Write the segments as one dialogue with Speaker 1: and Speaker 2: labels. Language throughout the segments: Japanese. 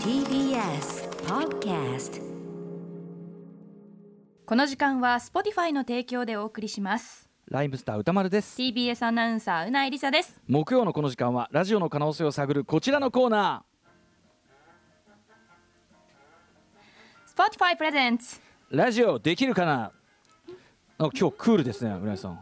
Speaker 1: TBS Podcast
Speaker 2: この時間は Spotify の提供でお送りします
Speaker 3: ライムスター歌丸です。
Speaker 2: TBS アナウンサーうないりさです
Speaker 3: 木曜のこの時間はラジオの可能性を探るこちらのコーナ
Speaker 2: Spotify プレゼンツ
Speaker 3: ー。ラジオできるかな。なんか今日クールですね、浦井さん。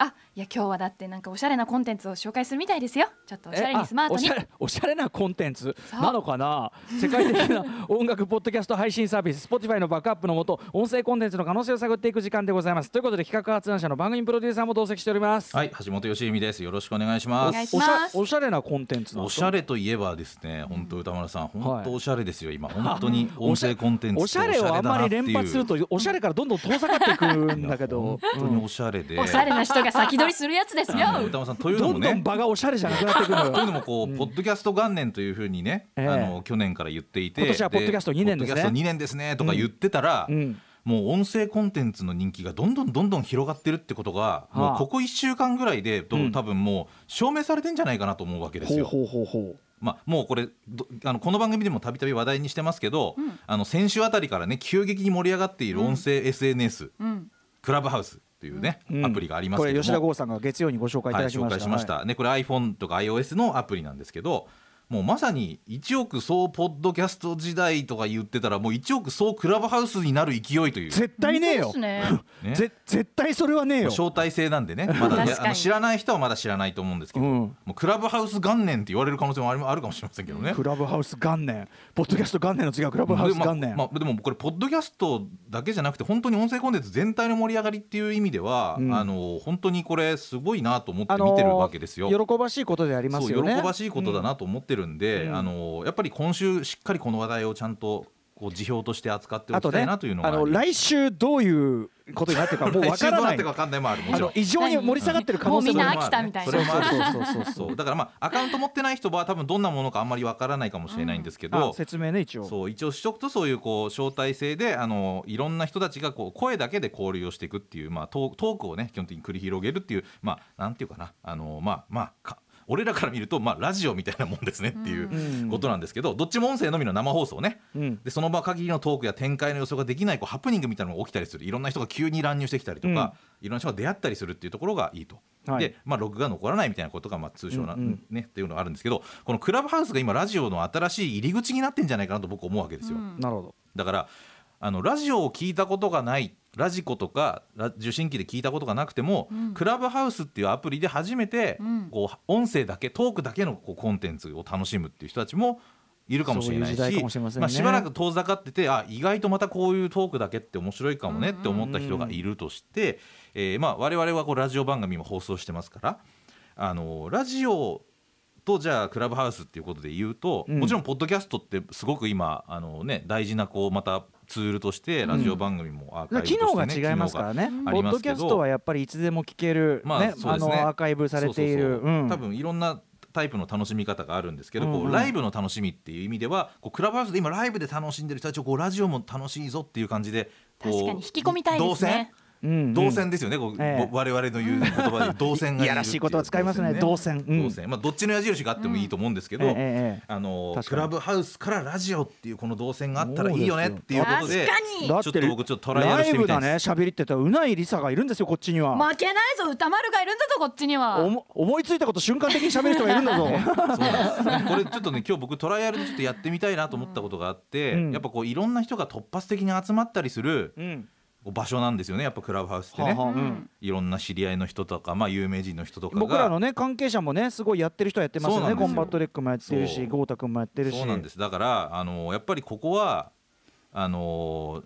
Speaker 2: あいや今日はだってなんかおしゃれなコンテンツを紹介するみたいですよちょっとおしゃれ
Speaker 3: えあ
Speaker 2: にスマート
Speaker 3: お
Speaker 2: に
Speaker 3: しゃれおしゃれなコンテンツ
Speaker 2: そう
Speaker 3: なのかな世界的な音楽ポッドキャスト配信サービス Spotify のバックアップのもと音声コンテンツの可能性を探っていく時間でございますということで企画発案者の番組プロデューサーも同席しております、
Speaker 4: はい、橋本義美です。よろしくお願いしま
Speaker 2: お願い
Speaker 4: す。
Speaker 2: します
Speaker 3: おしゃおしゃれなコンテンツなん
Speaker 4: お
Speaker 3: です
Speaker 4: し
Speaker 3: か
Speaker 4: ゃれといえばですね、本当歌丸さん、
Speaker 3: はい
Speaker 4: 本当おしゃれですよ。今本当に音声コンテンツと
Speaker 3: お
Speaker 4: お
Speaker 3: し
Speaker 4: し
Speaker 3: ゃ
Speaker 4: ゃ
Speaker 3: れ
Speaker 4: れ
Speaker 3: をあ
Speaker 4: だ
Speaker 3: んまり
Speaker 4: なって
Speaker 3: 連
Speaker 4: いう。
Speaker 3: 発するとおしゃれからどんどん遠ざかっていくんだけど
Speaker 4: 本当におしゃれで。
Speaker 2: おしゃれな人が先取りするやつ ですよ
Speaker 4: あの歌丸さんというの
Speaker 3: ど
Speaker 4: も
Speaker 3: んどん
Speaker 4: ね。
Speaker 3: 場がおしゃれじゃなくなってくるのよ
Speaker 4: というのもこう、ポッドキャスト元年というふうにね、
Speaker 3: ええ
Speaker 4: あの去年から言っていて、
Speaker 3: 今年はポッドキャスト2年ですね
Speaker 4: ポッドキャスト2年ですねとか言ってたら、
Speaker 3: うんうん
Speaker 4: もう音声コンテンツの人気がどんどんどんどん広がってるってことが、
Speaker 3: は
Speaker 4: も
Speaker 3: あ
Speaker 4: うここ1週間ぐらいで、ど
Speaker 3: うん
Speaker 4: 多分もう証明されてんじゃないかなと思うわけです
Speaker 3: ほう
Speaker 4: よ。
Speaker 3: ほうほうほう
Speaker 4: まあ、もうこれどあのこの番組でもたびたび話題にしてますけど、あの先週あたりからね急激に盛り上がっている音声 SNS、
Speaker 2: うん
Speaker 4: クラブハウスというね、
Speaker 3: うん
Speaker 4: アプリがあります
Speaker 3: こ
Speaker 4: け
Speaker 3: れ
Speaker 4: ども
Speaker 3: 吉田剛さんが月曜にご紹介い
Speaker 4: は
Speaker 3: た
Speaker 4: い
Speaker 3: だき
Speaker 4: 紹
Speaker 3: ました、
Speaker 4: 介しました、
Speaker 3: はい
Speaker 4: ねこれ iPhone とか iOS のアプリなんですけどもうまさに一億総ポッドキャスト時代とか言ってたらもう一億総クラブハウスになる勢いという、
Speaker 3: 絶対ねえよ
Speaker 2: 本当ですね
Speaker 4: ね
Speaker 3: ぜ絶対それはねえよ
Speaker 4: 招待制なんでねまだね
Speaker 2: 確かに
Speaker 4: あの知らない人はまだ知らないと思うんですけど、
Speaker 3: うん
Speaker 4: もうクラブハウス元年って言われる可能性もありあるかもしれませんけどね
Speaker 3: ク。ラブハウス元年ポッドキャスト元年の次はクラブハウス元
Speaker 4: で
Speaker 3: 年、
Speaker 4: まあまあでもこれポッドキャストだけじゃなくて本当に音声コンテンツ全体の盛り上がりっていう意味では、
Speaker 3: うん
Speaker 4: あの本当にこれすごいなと思って
Speaker 3: あのー
Speaker 4: 見てるわけですよ。
Speaker 3: 喜ばしいことであります
Speaker 4: そう
Speaker 3: よね
Speaker 4: 喜ばしいことだなと思ってるんで、
Speaker 3: うん
Speaker 4: あのやっぱり今週しっかりこの話題をちゃんとこう辞表として扱ってお
Speaker 3: あと
Speaker 4: きた
Speaker 3: ね
Speaker 4: いなというのが
Speaker 3: あの来週どういうことになって るかもうわ
Speaker 4: 来週
Speaker 3: か
Speaker 4: ど
Speaker 3: ら
Speaker 4: うな
Speaker 3: な
Speaker 4: っ
Speaker 3: い
Speaker 4: てか分かんないもあるも
Speaker 3: あ
Speaker 4: ちろ
Speaker 3: の
Speaker 4: ん。
Speaker 3: 異常に盛り下がってる可能性も
Speaker 2: もう
Speaker 3: あ
Speaker 2: み
Speaker 3: る
Speaker 2: んな飽きたみたいな
Speaker 4: それもある
Speaker 3: そうそうそうそう
Speaker 4: そうだからまあアカウント持ってない人は多分どんなものかあんまりわからないかもしれないんですけど、
Speaker 3: あ説明ね一応
Speaker 4: そう一応しとくとそういうこう招待制であのいろんな人たちがこう声だけで交流をしていくっていう、まあ、トートークをね基本的に繰り広げるっていうまあなんていうかなあのまあまあか俺らから見ると、まあ、ラジオみたいなもんですねっていううんことなんですけど、どっちも音声のみの生放送ね、
Speaker 3: うん
Speaker 4: でその場限りのトークや展開の予想ができないこうハプニングみたいなのが起きたりするいろんな人が急に乱入してきたりとか、いろんな人が出会ったりするっていうところがいいと。
Speaker 3: はい
Speaker 4: でまあ、録画残らないみたいなことがまあ通称な、
Speaker 3: うんうん
Speaker 4: ねっていうのがあるんですけどこのクラブハウスが今ラジオの新しい入り口になってんじゃないかなと僕思うわけですよ、
Speaker 3: なるほど
Speaker 4: だからあのラジオを聞いたことがないラジコとかラ受信機で聞いたことがなくても、クラブハウスっていうアプリで初めて、こう音声だけトークだけのこうコンテンツを楽しむっていう人たちもいるかもしれないし
Speaker 3: そういう時代かもしれませんね
Speaker 4: あ、しばらく遠ざかっててあ意外とまたこういうトークだけって面白いかもねって思った人がいるとして、えーまあ、我々はこうラジオ番組も放送してますからあのラジオとじゃあクラブハウスっていうことで言うと、
Speaker 3: うん
Speaker 4: もちろんポッドキャストってすごく今あの、ね、大事なこうまたツールとしてラジオ番組もアーカイブとして、
Speaker 3: 機
Speaker 4: ね
Speaker 3: 能が違いますからね
Speaker 4: 機能
Speaker 3: ポ
Speaker 4: があり
Speaker 3: ッ
Speaker 4: ま
Speaker 3: ド
Speaker 4: す
Speaker 3: キ
Speaker 4: け
Speaker 3: ャ
Speaker 4: ど
Speaker 3: ストはやっぱりいつでも聞ける、
Speaker 4: まあ
Speaker 3: ね
Speaker 4: そうですね
Speaker 3: のアーカイブされてい
Speaker 4: そう
Speaker 3: る
Speaker 4: そうそ
Speaker 3: う
Speaker 4: う
Speaker 3: ん
Speaker 4: 多分いろんなタイプの楽しみ方があるんですけど、
Speaker 3: うんうん
Speaker 4: こうライブの楽しみっていう意味ではこうクラブハウスで今ライブで楽しんでる人たちをこうラジオも楽しいぞっていう感じでこう
Speaker 2: 確かに引き込みたいですね
Speaker 3: うんうん
Speaker 4: 動線動線ですよね、こう
Speaker 3: ええ
Speaker 4: 我々の言う言葉で動線が
Speaker 3: い
Speaker 4: る
Speaker 3: や
Speaker 4: ってう
Speaker 3: らしいことは使いますね動線うん
Speaker 4: 動線まあ、どっちの矢印があってもいいと思うんですけど、
Speaker 3: えええええ
Speaker 4: あの
Speaker 3: 確か
Speaker 4: ク
Speaker 3: に
Speaker 4: ラブハウスからラジオっていうこの動線があったらいいよねって いうこと
Speaker 2: 確
Speaker 4: で
Speaker 2: か
Speaker 3: え
Speaker 2: に
Speaker 3: だっ
Speaker 4: ちょってと僕ちょっとトライアルしてみたい
Speaker 3: ライ
Speaker 4: で
Speaker 3: ブだね喋りってたらうないりさがいるんですよこっちには、
Speaker 2: 負けないぞ歌丸がいるんだぞこっちには
Speaker 3: おも思いついたこと瞬間的に喋る人がいるんだ ぞ
Speaker 4: そうなんですこれちょっとね今日僕トライアルでちょっとやってみたいなと思ったことがあって、
Speaker 3: うん
Speaker 4: やっぱこういろんな人が突発的に集まったりする
Speaker 3: うん
Speaker 4: 場所なんですよねやっぱクラブハウスって
Speaker 3: は
Speaker 4: ね
Speaker 3: あはあうん
Speaker 2: うん
Speaker 4: いろんな知り合いの人とか、まあ、有名人の人とかが
Speaker 3: 僕らのね関係者もねすごいやってる人はやってますよ
Speaker 4: そう
Speaker 3: ね
Speaker 4: なんです
Speaker 3: コ
Speaker 4: よ
Speaker 3: ンバットレックもやってるし
Speaker 4: そう
Speaker 3: 豪太君もやってるし
Speaker 4: そうなんですだからあのやっぱりここはあの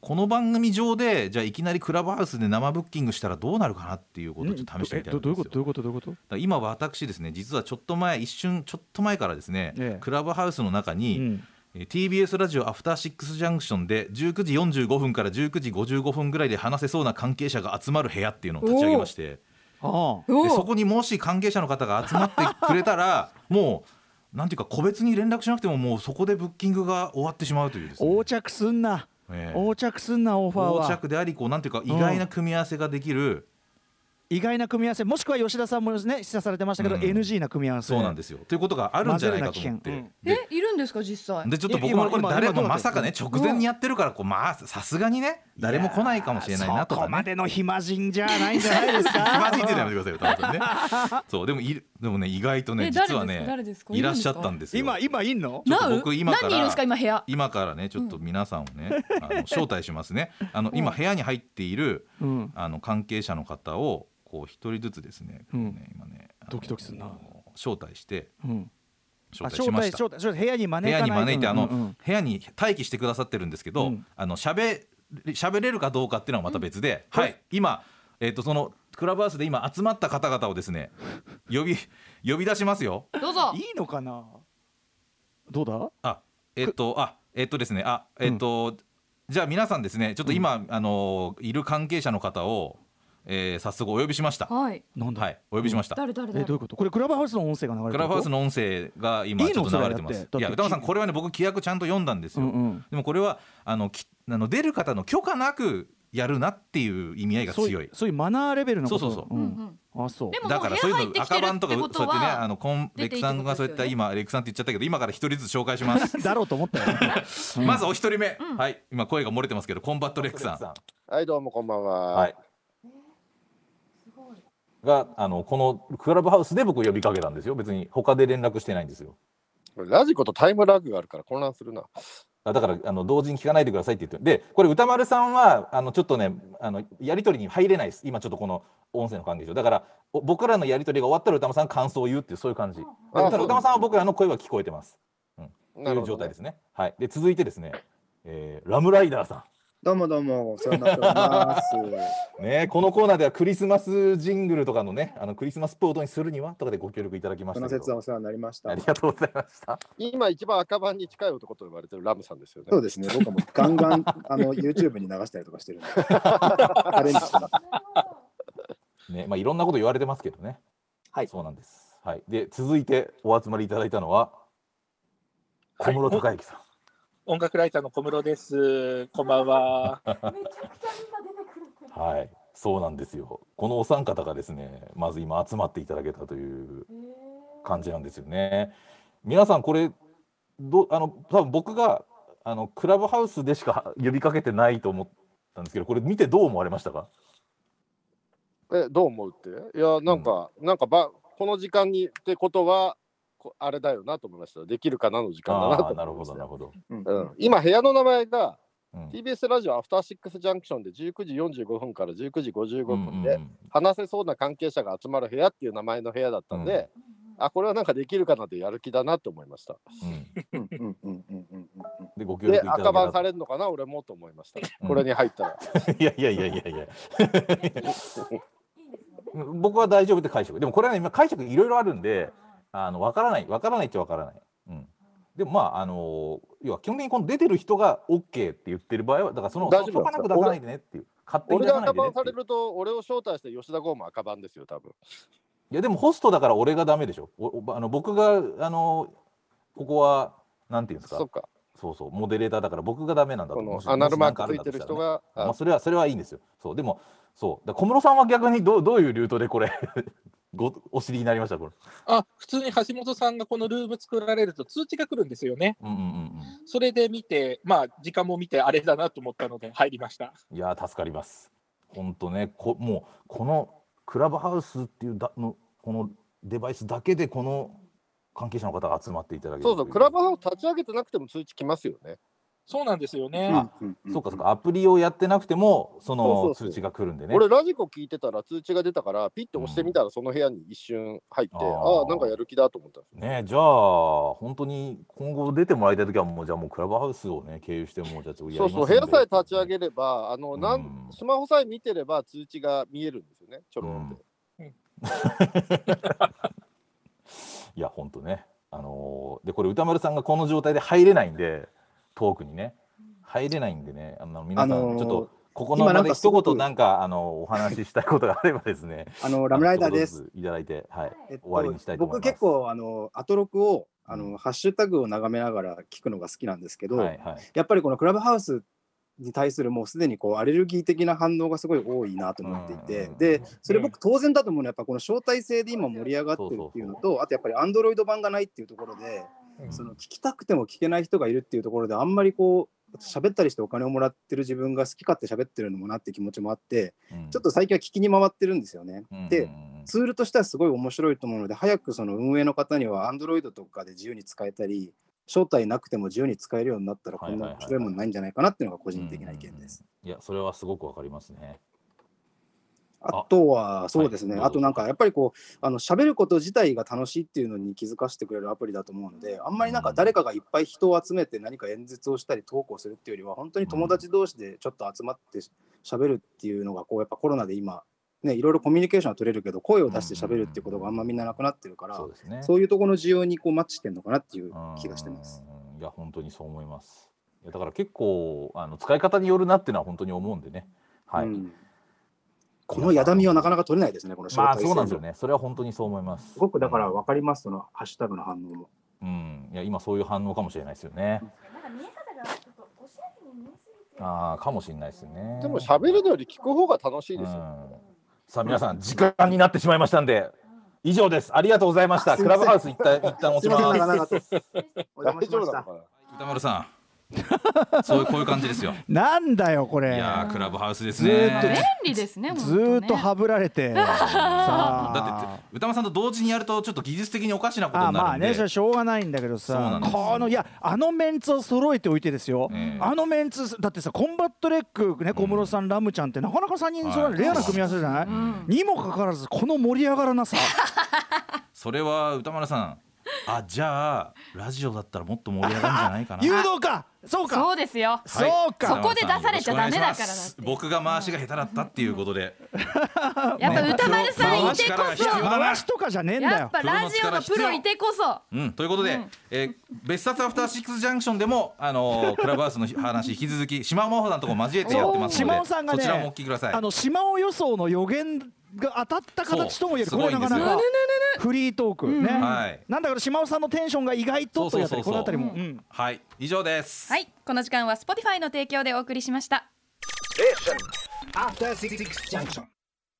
Speaker 4: この番組上でじゃあいきなりクラブハウスで生ブッキングしたらどうなるかなっていうことをちょっと試してみたい
Speaker 3: んえど
Speaker 4: な
Speaker 3: どういうこと
Speaker 4: と
Speaker 3: どういうことどういうこと
Speaker 4: 今私ですね実はちょっと前一瞬ちょっと前からですね、
Speaker 3: ええ
Speaker 4: クラブハウスの中に、
Speaker 3: うん
Speaker 4: えー TBS ラジオアフターシックスジャンクションで19時45分から19時55分ぐらいで話せそうな関係者が集まる部屋っていうのを立ち上げまして
Speaker 3: ああ
Speaker 4: で
Speaker 2: お
Speaker 4: そ
Speaker 2: お
Speaker 4: こにもし関係者の方が集まってくれたらもうなんていうか個別に連絡しなくてももうそこでブッキングが終わってしまうというですね、
Speaker 3: 横着すんな
Speaker 4: ええ
Speaker 3: 横着すんなオファーは
Speaker 4: 横着でありこうなんていうか意外な組み合わせができる、
Speaker 3: 意外な組み合わせもしくは吉田さんもね示唆されてましたけど、
Speaker 4: うん
Speaker 3: NG な組み合わせ
Speaker 4: そうなんですよ。ということがあるんじゃないかと思っ
Speaker 3: 混ぜる
Speaker 4: て
Speaker 3: な危。
Speaker 4: で
Speaker 5: えいるんですか実際
Speaker 4: でちょっと僕もこれ
Speaker 3: 今今
Speaker 4: 誰
Speaker 3: 今どう
Speaker 4: も
Speaker 3: なって
Speaker 4: ま
Speaker 3: る
Speaker 4: さかね直前にやってるからこうまあさすがにね誰も来ないかもしれないなと
Speaker 3: そこ
Speaker 4: か
Speaker 3: ま
Speaker 4: ね。
Speaker 3: での暇人じゃないんじゃ ないですか
Speaker 4: まずいっていうのはやめてくださいよ多分ね。そうでもいるでもね意外とね
Speaker 5: え
Speaker 4: 実は
Speaker 5: 誰です
Speaker 4: ね
Speaker 5: か誰ですか
Speaker 4: いらっしゃったんですよ。
Speaker 3: 今今いんの
Speaker 4: ちょっ
Speaker 5: な
Speaker 4: と
Speaker 5: う
Speaker 4: 僕今から
Speaker 5: 何人いるんですか今部屋
Speaker 4: 今からねちょっと皆さんをね、あの招待しますね。あの今部屋に入っている
Speaker 3: うん
Speaker 4: あの関係者の方をこう一人ずつですね。こうね
Speaker 3: うん
Speaker 4: 今ねあの
Speaker 3: ドキドキするな
Speaker 4: 招待して
Speaker 3: うんあ
Speaker 4: 招待しました。
Speaker 3: 招待招待部屋に
Speaker 4: 部
Speaker 3: 招か
Speaker 4: 屋
Speaker 3: ないと
Speaker 4: に招いてあの、
Speaker 3: うんうん
Speaker 4: 部屋に待機してくださってるんですけど、
Speaker 3: うん
Speaker 4: あの喋喋れるかどうかっていうのはまた別で、はい今えっ、とそのクラブハウスで今集まった方々をですね呼び呼び出しますよ。
Speaker 5: どうぞ
Speaker 3: いいのかなどうだ
Speaker 4: あえっ、とあえっ、とですねあえっ、と、じゃあ皆さんですねちょっと今、あのいる関係者の方を、えー早速お呼びしました。
Speaker 5: はい
Speaker 3: なんだ、
Speaker 4: はいお呼びしました。
Speaker 5: 誰誰
Speaker 3: えどうい
Speaker 5: 誰
Speaker 3: うことこれクラブハウスの音声が流れてる
Speaker 4: クラブハウスの音声が今
Speaker 3: いい
Speaker 4: ちょ
Speaker 3: の
Speaker 4: っと流れてま
Speaker 3: それだ
Speaker 4: す
Speaker 3: っ。て
Speaker 4: いや
Speaker 3: だって
Speaker 4: 歌丸さんこれはね僕規約ちゃんと読んだんです
Speaker 3: う
Speaker 4: よ。
Speaker 3: んうん
Speaker 4: でもこれはあのきあの出る方の許可なくやるなっていう意味合いが
Speaker 3: そう
Speaker 4: 強
Speaker 3: いう
Speaker 4: い。
Speaker 3: そういうマナーレベルのこと
Speaker 4: そうそうそう
Speaker 5: うんん
Speaker 3: あそう。
Speaker 5: でも
Speaker 4: だからそういう
Speaker 5: もう
Speaker 4: の
Speaker 5: 部屋入ってきてる
Speaker 4: 赤版とか
Speaker 5: って
Speaker 4: そう
Speaker 5: こと
Speaker 4: や
Speaker 5: は
Speaker 4: ってねあのコン
Speaker 5: 出て
Speaker 4: レック
Speaker 5: いい
Speaker 4: さんがそうやっ
Speaker 5: ってことです
Speaker 4: た
Speaker 5: よね
Speaker 4: 今レックさんって言っちゃったけど今から一人ずつ紹介します
Speaker 3: だろうと思ったよ、うん
Speaker 4: まずお一人目、はい今声が漏れてますけどコンバットレックさん。
Speaker 6: はい、どうもこんばんは。
Speaker 4: はい。があのこのクラブハウスで僕呼びかけたんですよ別に他で連絡してないんですよ
Speaker 6: これラジコとタイムラグがあるから混乱するな。
Speaker 4: あだからあの同時に聞かないでくださいって言ってでこれ歌丸さんはあのちょっとねあのやり取りに入れないです今ちょっとこの音声の関係上だからお僕らのやり取りが終わったら歌丸さん感想を言うっていうそういう感じだから歌丸さんは僕らの声は聞こえてますと
Speaker 6: ないる
Speaker 4: う
Speaker 6: ほ
Speaker 4: 状
Speaker 6: ど
Speaker 4: 態
Speaker 6: ね、
Speaker 4: ですねはいで続いてですね、えーラムライダーさ
Speaker 7: どうもどうも、お世話になっており ます。
Speaker 4: んねこのコーナーではクリスマスジングルとかのねあのクリスマスポートにするにはとかでご協力いただきました
Speaker 7: この
Speaker 4: け
Speaker 7: 節は
Speaker 4: ど
Speaker 7: お世話になりました
Speaker 4: あ。りがとうございました
Speaker 6: 今一番赤番に近い男と呼ばれてるラムさんですよね。
Speaker 7: そうですね、僕はもうガンガンあの YouTube に流したりとかしてる んで、アレンジしてます。
Speaker 4: ね、まあいろんなこと言われてますけどね。
Speaker 7: はい
Speaker 4: そうなんです。はい。で続いてお集まりいただいたのは小
Speaker 8: はい
Speaker 4: 室孝之さん。
Speaker 8: 音楽ライターの小室です。こんばんは。
Speaker 4: はい、そうなんですよ。このお三方がですね、まず今集まっていただけたという感じなんですよね。皆さんこれどあの多分僕があのクラブハウスでしか呼びかけてないと思ったんですけど、これ見てどう思われましたか？
Speaker 6: え、どう思うっていや、なんか、なんかば、この時間にってことは、こあれだよなと思いました。できるかなの時間だなと
Speaker 4: ああー、なる
Speaker 6: 思い
Speaker 4: ほ
Speaker 6: まし
Speaker 4: ど
Speaker 6: た
Speaker 4: なる
Speaker 6: よ。
Speaker 4: ほど。
Speaker 7: う
Speaker 6: う
Speaker 7: ん
Speaker 6: ん、今部屋の名前が
Speaker 4: うん。
Speaker 6: TBS ラジオアフターシックスジャンクションで19時45分から19時55
Speaker 4: うん
Speaker 6: 分
Speaker 4: うんう
Speaker 6: で
Speaker 4: ん
Speaker 6: 話せそうな関係者が集まる部屋っていう名前の部屋だったんで、あこれはなんかできるかなってやる気だなと思いました。
Speaker 4: うん
Speaker 7: うんうんうんうんうんうんうん
Speaker 4: でご協力
Speaker 6: で
Speaker 4: いただけ
Speaker 6: 赤
Speaker 4: た
Speaker 6: 番されるのかな俺もと思いました、
Speaker 4: うん
Speaker 6: これに入った ら
Speaker 4: いやいやいやいやいや。僕は大丈夫って解釈。でもこれはね、今解釈いろいろあるんで、あのわからない、わからないってわからない。うん。でもまああの要は基本的にこの出てる人が OK って言ってる場合はだからその
Speaker 6: 大丈夫
Speaker 4: 許可なく出さないでねっていう勝手に
Speaker 6: 俺
Speaker 4: 出
Speaker 6: が
Speaker 4: さない
Speaker 6: 赤
Speaker 4: でねってい
Speaker 6: 番さ
Speaker 4: う
Speaker 6: れると俺を招待して吉田剛も赤番ですよ多分
Speaker 4: いやでもホストだから俺がダメでしょおおあの僕があのここはなんていうんですか
Speaker 6: そっか
Speaker 4: そうそうモデレーターだから僕がダメなんだと
Speaker 6: こ
Speaker 4: 思う
Speaker 6: の
Speaker 4: もし
Speaker 6: アナルマー
Speaker 4: もしなんかあ
Speaker 6: クつい
Speaker 4: んだ
Speaker 6: て
Speaker 4: と
Speaker 6: る
Speaker 4: したら
Speaker 6: 人
Speaker 4: ね
Speaker 6: が、
Speaker 4: まあ、
Speaker 6: あ
Speaker 4: それはそれはいいんですよ。そうでもそうだから小室さんは逆にどうどういうルートでこれ ごお尻になりましたこれ。
Speaker 8: あ、普通に橋本さんがこのルーム作られると通知が来るんですよね。
Speaker 4: うんうんうん
Speaker 8: それで見て、まあ時間も見てあれだなと思ったので入りました。
Speaker 4: うん。いやー助かります。本当ねこもうこのクラブハウスっていうだのこのデバイスだけでこの関係者の方が集まっていただける
Speaker 6: そうそうクラブ
Speaker 4: ウ
Speaker 6: ハウス立ち上げてなくても通知来ますよね
Speaker 8: そうなんですよ
Speaker 7: う
Speaker 8: ね。
Speaker 7: んうんうん
Speaker 4: そうかそうかアプリをやってなくてもそ
Speaker 6: そ
Speaker 4: の
Speaker 6: うそうそう
Speaker 4: 通知が来るんでね。
Speaker 6: 俺ラジコ聞いてたら通知が出たからピッて押してみたらその部屋に一瞬入って、
Speaker 4: あー
Speaker 6: ああなんかやる気だと思ったんですよ
Speaker 4: ねじゃあ本当に今後出てもらいたい時はもうじゃあもうクラブハウスをね経由してもうじゃあちょっとや
Speaker 6: そう
Speaker 4: り
Speaker 6: そう
Speaker 4: ます
Speaker 6: 部
Speaker 4: んで
Speaker 6: 屋さえ立ち上げればあのなん、
Speaker 4: うん
Speaker 6: スマホさえ見てれば通知が見えるんですよねちょろんって、
Speaker 4: いや、本当ね。あのーで、これ歌丸さんがこの状態で入れないんで、トークにね。入れないんでね、あの、皆さん、
Speaker 7: あのー
Speaker 4: ちょっと。ここの
Speaker 7: 今な
Speaker 4: 場
Speaker 7: ん
Speaker 4: で
Speaker 7: かす
Speaker 4: 一
Speaker 7: ごく
Speaker 4: 言なんか、あの、お話ししたいことがあればですね。
Speaker 7: あの ラムライダーで
Speaker 4: あの。。
Speaker 7: す
Speaker 4: ちょっとずついただいて、はい。
Speaker 7: えっと
Speaker 4: 終わりにしたいと思います
Speaker 7: 僕結構あのアトロクをあ
Speaker 4: う
Speaker 7: のハッシュタグを眺めながら聞くのが好きなんですけど、
Speaker 4: はい、はい。
Speaker 7: やっぱりこのクラブハウスに対するもうすでにこうアレルギー的な反応がすごい多いなと思ってい
Speaker 4: うんうん
Speaker 7: て
Speaker 4: うん
Speaker 7: でそれ僕当然だと思うのはやっぱこの招待制で今盛り上がってるっていうのとあとやっぱりアンドロイド版がないっていうところで
Speaker 8: うん
Speaker 7: その聞きたくても聞けない人がいるっていうところであんまりこう喋ったりしてお金をもらってる自分が好き勝手喋ってるのもなって気持ちもあってちょっと最近は聞きに回ってるんですよね。でツールとしてはすごい面白いと思うので早くその運営の方には Android とかで自由に使えたり招待なくても自由に使えるようになったらこんな面白いものないんじゃないかなっていうのが個人的な意見です。
Speaker 4: いやそれはすごくわかりますね。
Speaker 7: あとはそうですね、
Speaker 4: はい
Speaker 7: あとなんかやっぱりこうあの喋ること自体が楽しいっていうのに気づかせてくれるアプリだと思うのであんまりなんか誰かがいっぱい人を集めて何か演説をしたり投稿するっていうよりは本当に友達同士でちょっと集まって喋るっていうのがこうやっぱコロナで今ねいろいろコミュニケーションは取れるけど声を出して喋るっていうことがあんまみんななくなってるから、
Speaker 4: そうですね。
Speaker 7: そういうところの需要にこうマッチしてるのかなっていう気がしてます。
Speaker 4: うん。いや本当にそう思います。いやだから結構あの使い方によるなっていうのは本当に思うんでね。はい。
Speaker 7: うんこのやだみはなかなか取れないですね、この招
Speaker 4: まあ
Speaker 7: 待制
Speaker 4: そう
Speaker 7: 度
Speaker 4: なんですよね。それは本当にそう思います。
Speaker 7: すごくだから分かります、そのハッシュタグの反応も。
Speaker 4: うん。いや今そういう反応かもしれないですよね。ああかもしれないですね。
Speaker 6: でも喋るのより聞く方が楽しいですよ。
Speaker 4: うんさあ皆さん時間になってしまいましたんで以上ですありがとうございましたクラブハウス一旦一旦落
Speaker 7: す
Speaker 4: ち
Speaker 7: みません、
Speaker 4: ま
Speaker 7: 長
Speaker 4: す
Speaker 7: 々と。
Speaker 6: 大
Speaker 7: お邪魔し
Speaker 6: 丈夫
Speaker 7: まし
Speaker 6: なの
Speaker 7: た
Speaker 6: か。な
Speaker 4: 歌丸さんそういうこういう感じですよ
Speaker 3: なんだよこ
Speaker 4: い
Speaker 3: れ
Speaker 4: やークラブハウスです
Speaker 3: ずー
Speaker 4: ね
Speaker 3: っ
Speaker 2: 便利ですね。
Speaker 3: ずーっとはぶられてさ
Speaker 4: だって歌丸さんと同時にやるとちょっと技術的におかしなこと
Speaker 3: あ
Speaker 4: にな
Speaker 3: まあ
Speaker 4: るんで
Speaker 3: ねそれはしょうがないんだけど
Speaker 4: そうな
Speaker 3: さ
Speaker 4: んですよ
Speaker 3: このいやあのメンツを揃えておいてですよ、
Speaker 4: ええ
Speaker 3: あのメンツだってさコンバットレックね小室さん、ラムちゃんってなかなか3人揃え
Speaker 4: は
Speaker 3: る
Speaker 4: い
Speaker 3: レアな組み合わせじゃない、
Speaker 2: ん
Speaker 3: にもかかわらずこの盛り上がらなさ
Speaker 4: それは歌丸さんあじゃあラジオだったらもっと盛り上がるんじゃないかな
Speaker 3: 誘導かそうか
Speaker 2: そうですよ。
Speaker 3: そうか、
Speaker 2: そこで出されちゃダメだからだって
Speaker 4: よろしくお願いします僕が回しが下手だったっていうことで
Speaker 2: やっぱ歌丸さんいてこ
Speaker 4: 回しから必要
Speaker 2: そ。
Speaker 4: だな
Speaker 3: 回しとかじゃねえんだ
Speaker 2: やっ
Speaker 3: よ
Speaker 2: ぱラジオのプロいてこそ。
Speaker 4: うん、ということで、
Speaker 2: うん
Speaker 4: えー別冊アフターシックスジャンクションでも、あのー クラブハウスの話、引き続き、島尾真帆さんとこ交えてやってます
Speaker 3: 島尾
Speaker 4: ので、
Speaker 3: さんが
Speaker 4: そ
Speaker 3: ね
Speaker 4: ちらもお聞きください。
Speaker 3: あの島尾予想の予言が当たった形とも言える
Speaker 4: そ
Speaker 3: こ
Speaker 4: う
Speaker 3: れなかな
Speaker 4: すごい
Speaker 3: か
Speaker 4: んで
Speaker 3: フリートークね、
Speaker 4: はい
Speaker 3: なんだから島尾さんのテンションが意外とというあたり
Speaker 4: そ
Speaker 3: この
Speaker 4: うそうそうそう
Speaker 3: あたりも、
Speaker 2: うん
Speaker 3: うん
Speaker 4: はい、以上です。
Speaker 2: はい、この時間は Spotify の提供でお送りしました。
Speaker 7: After Six Junction.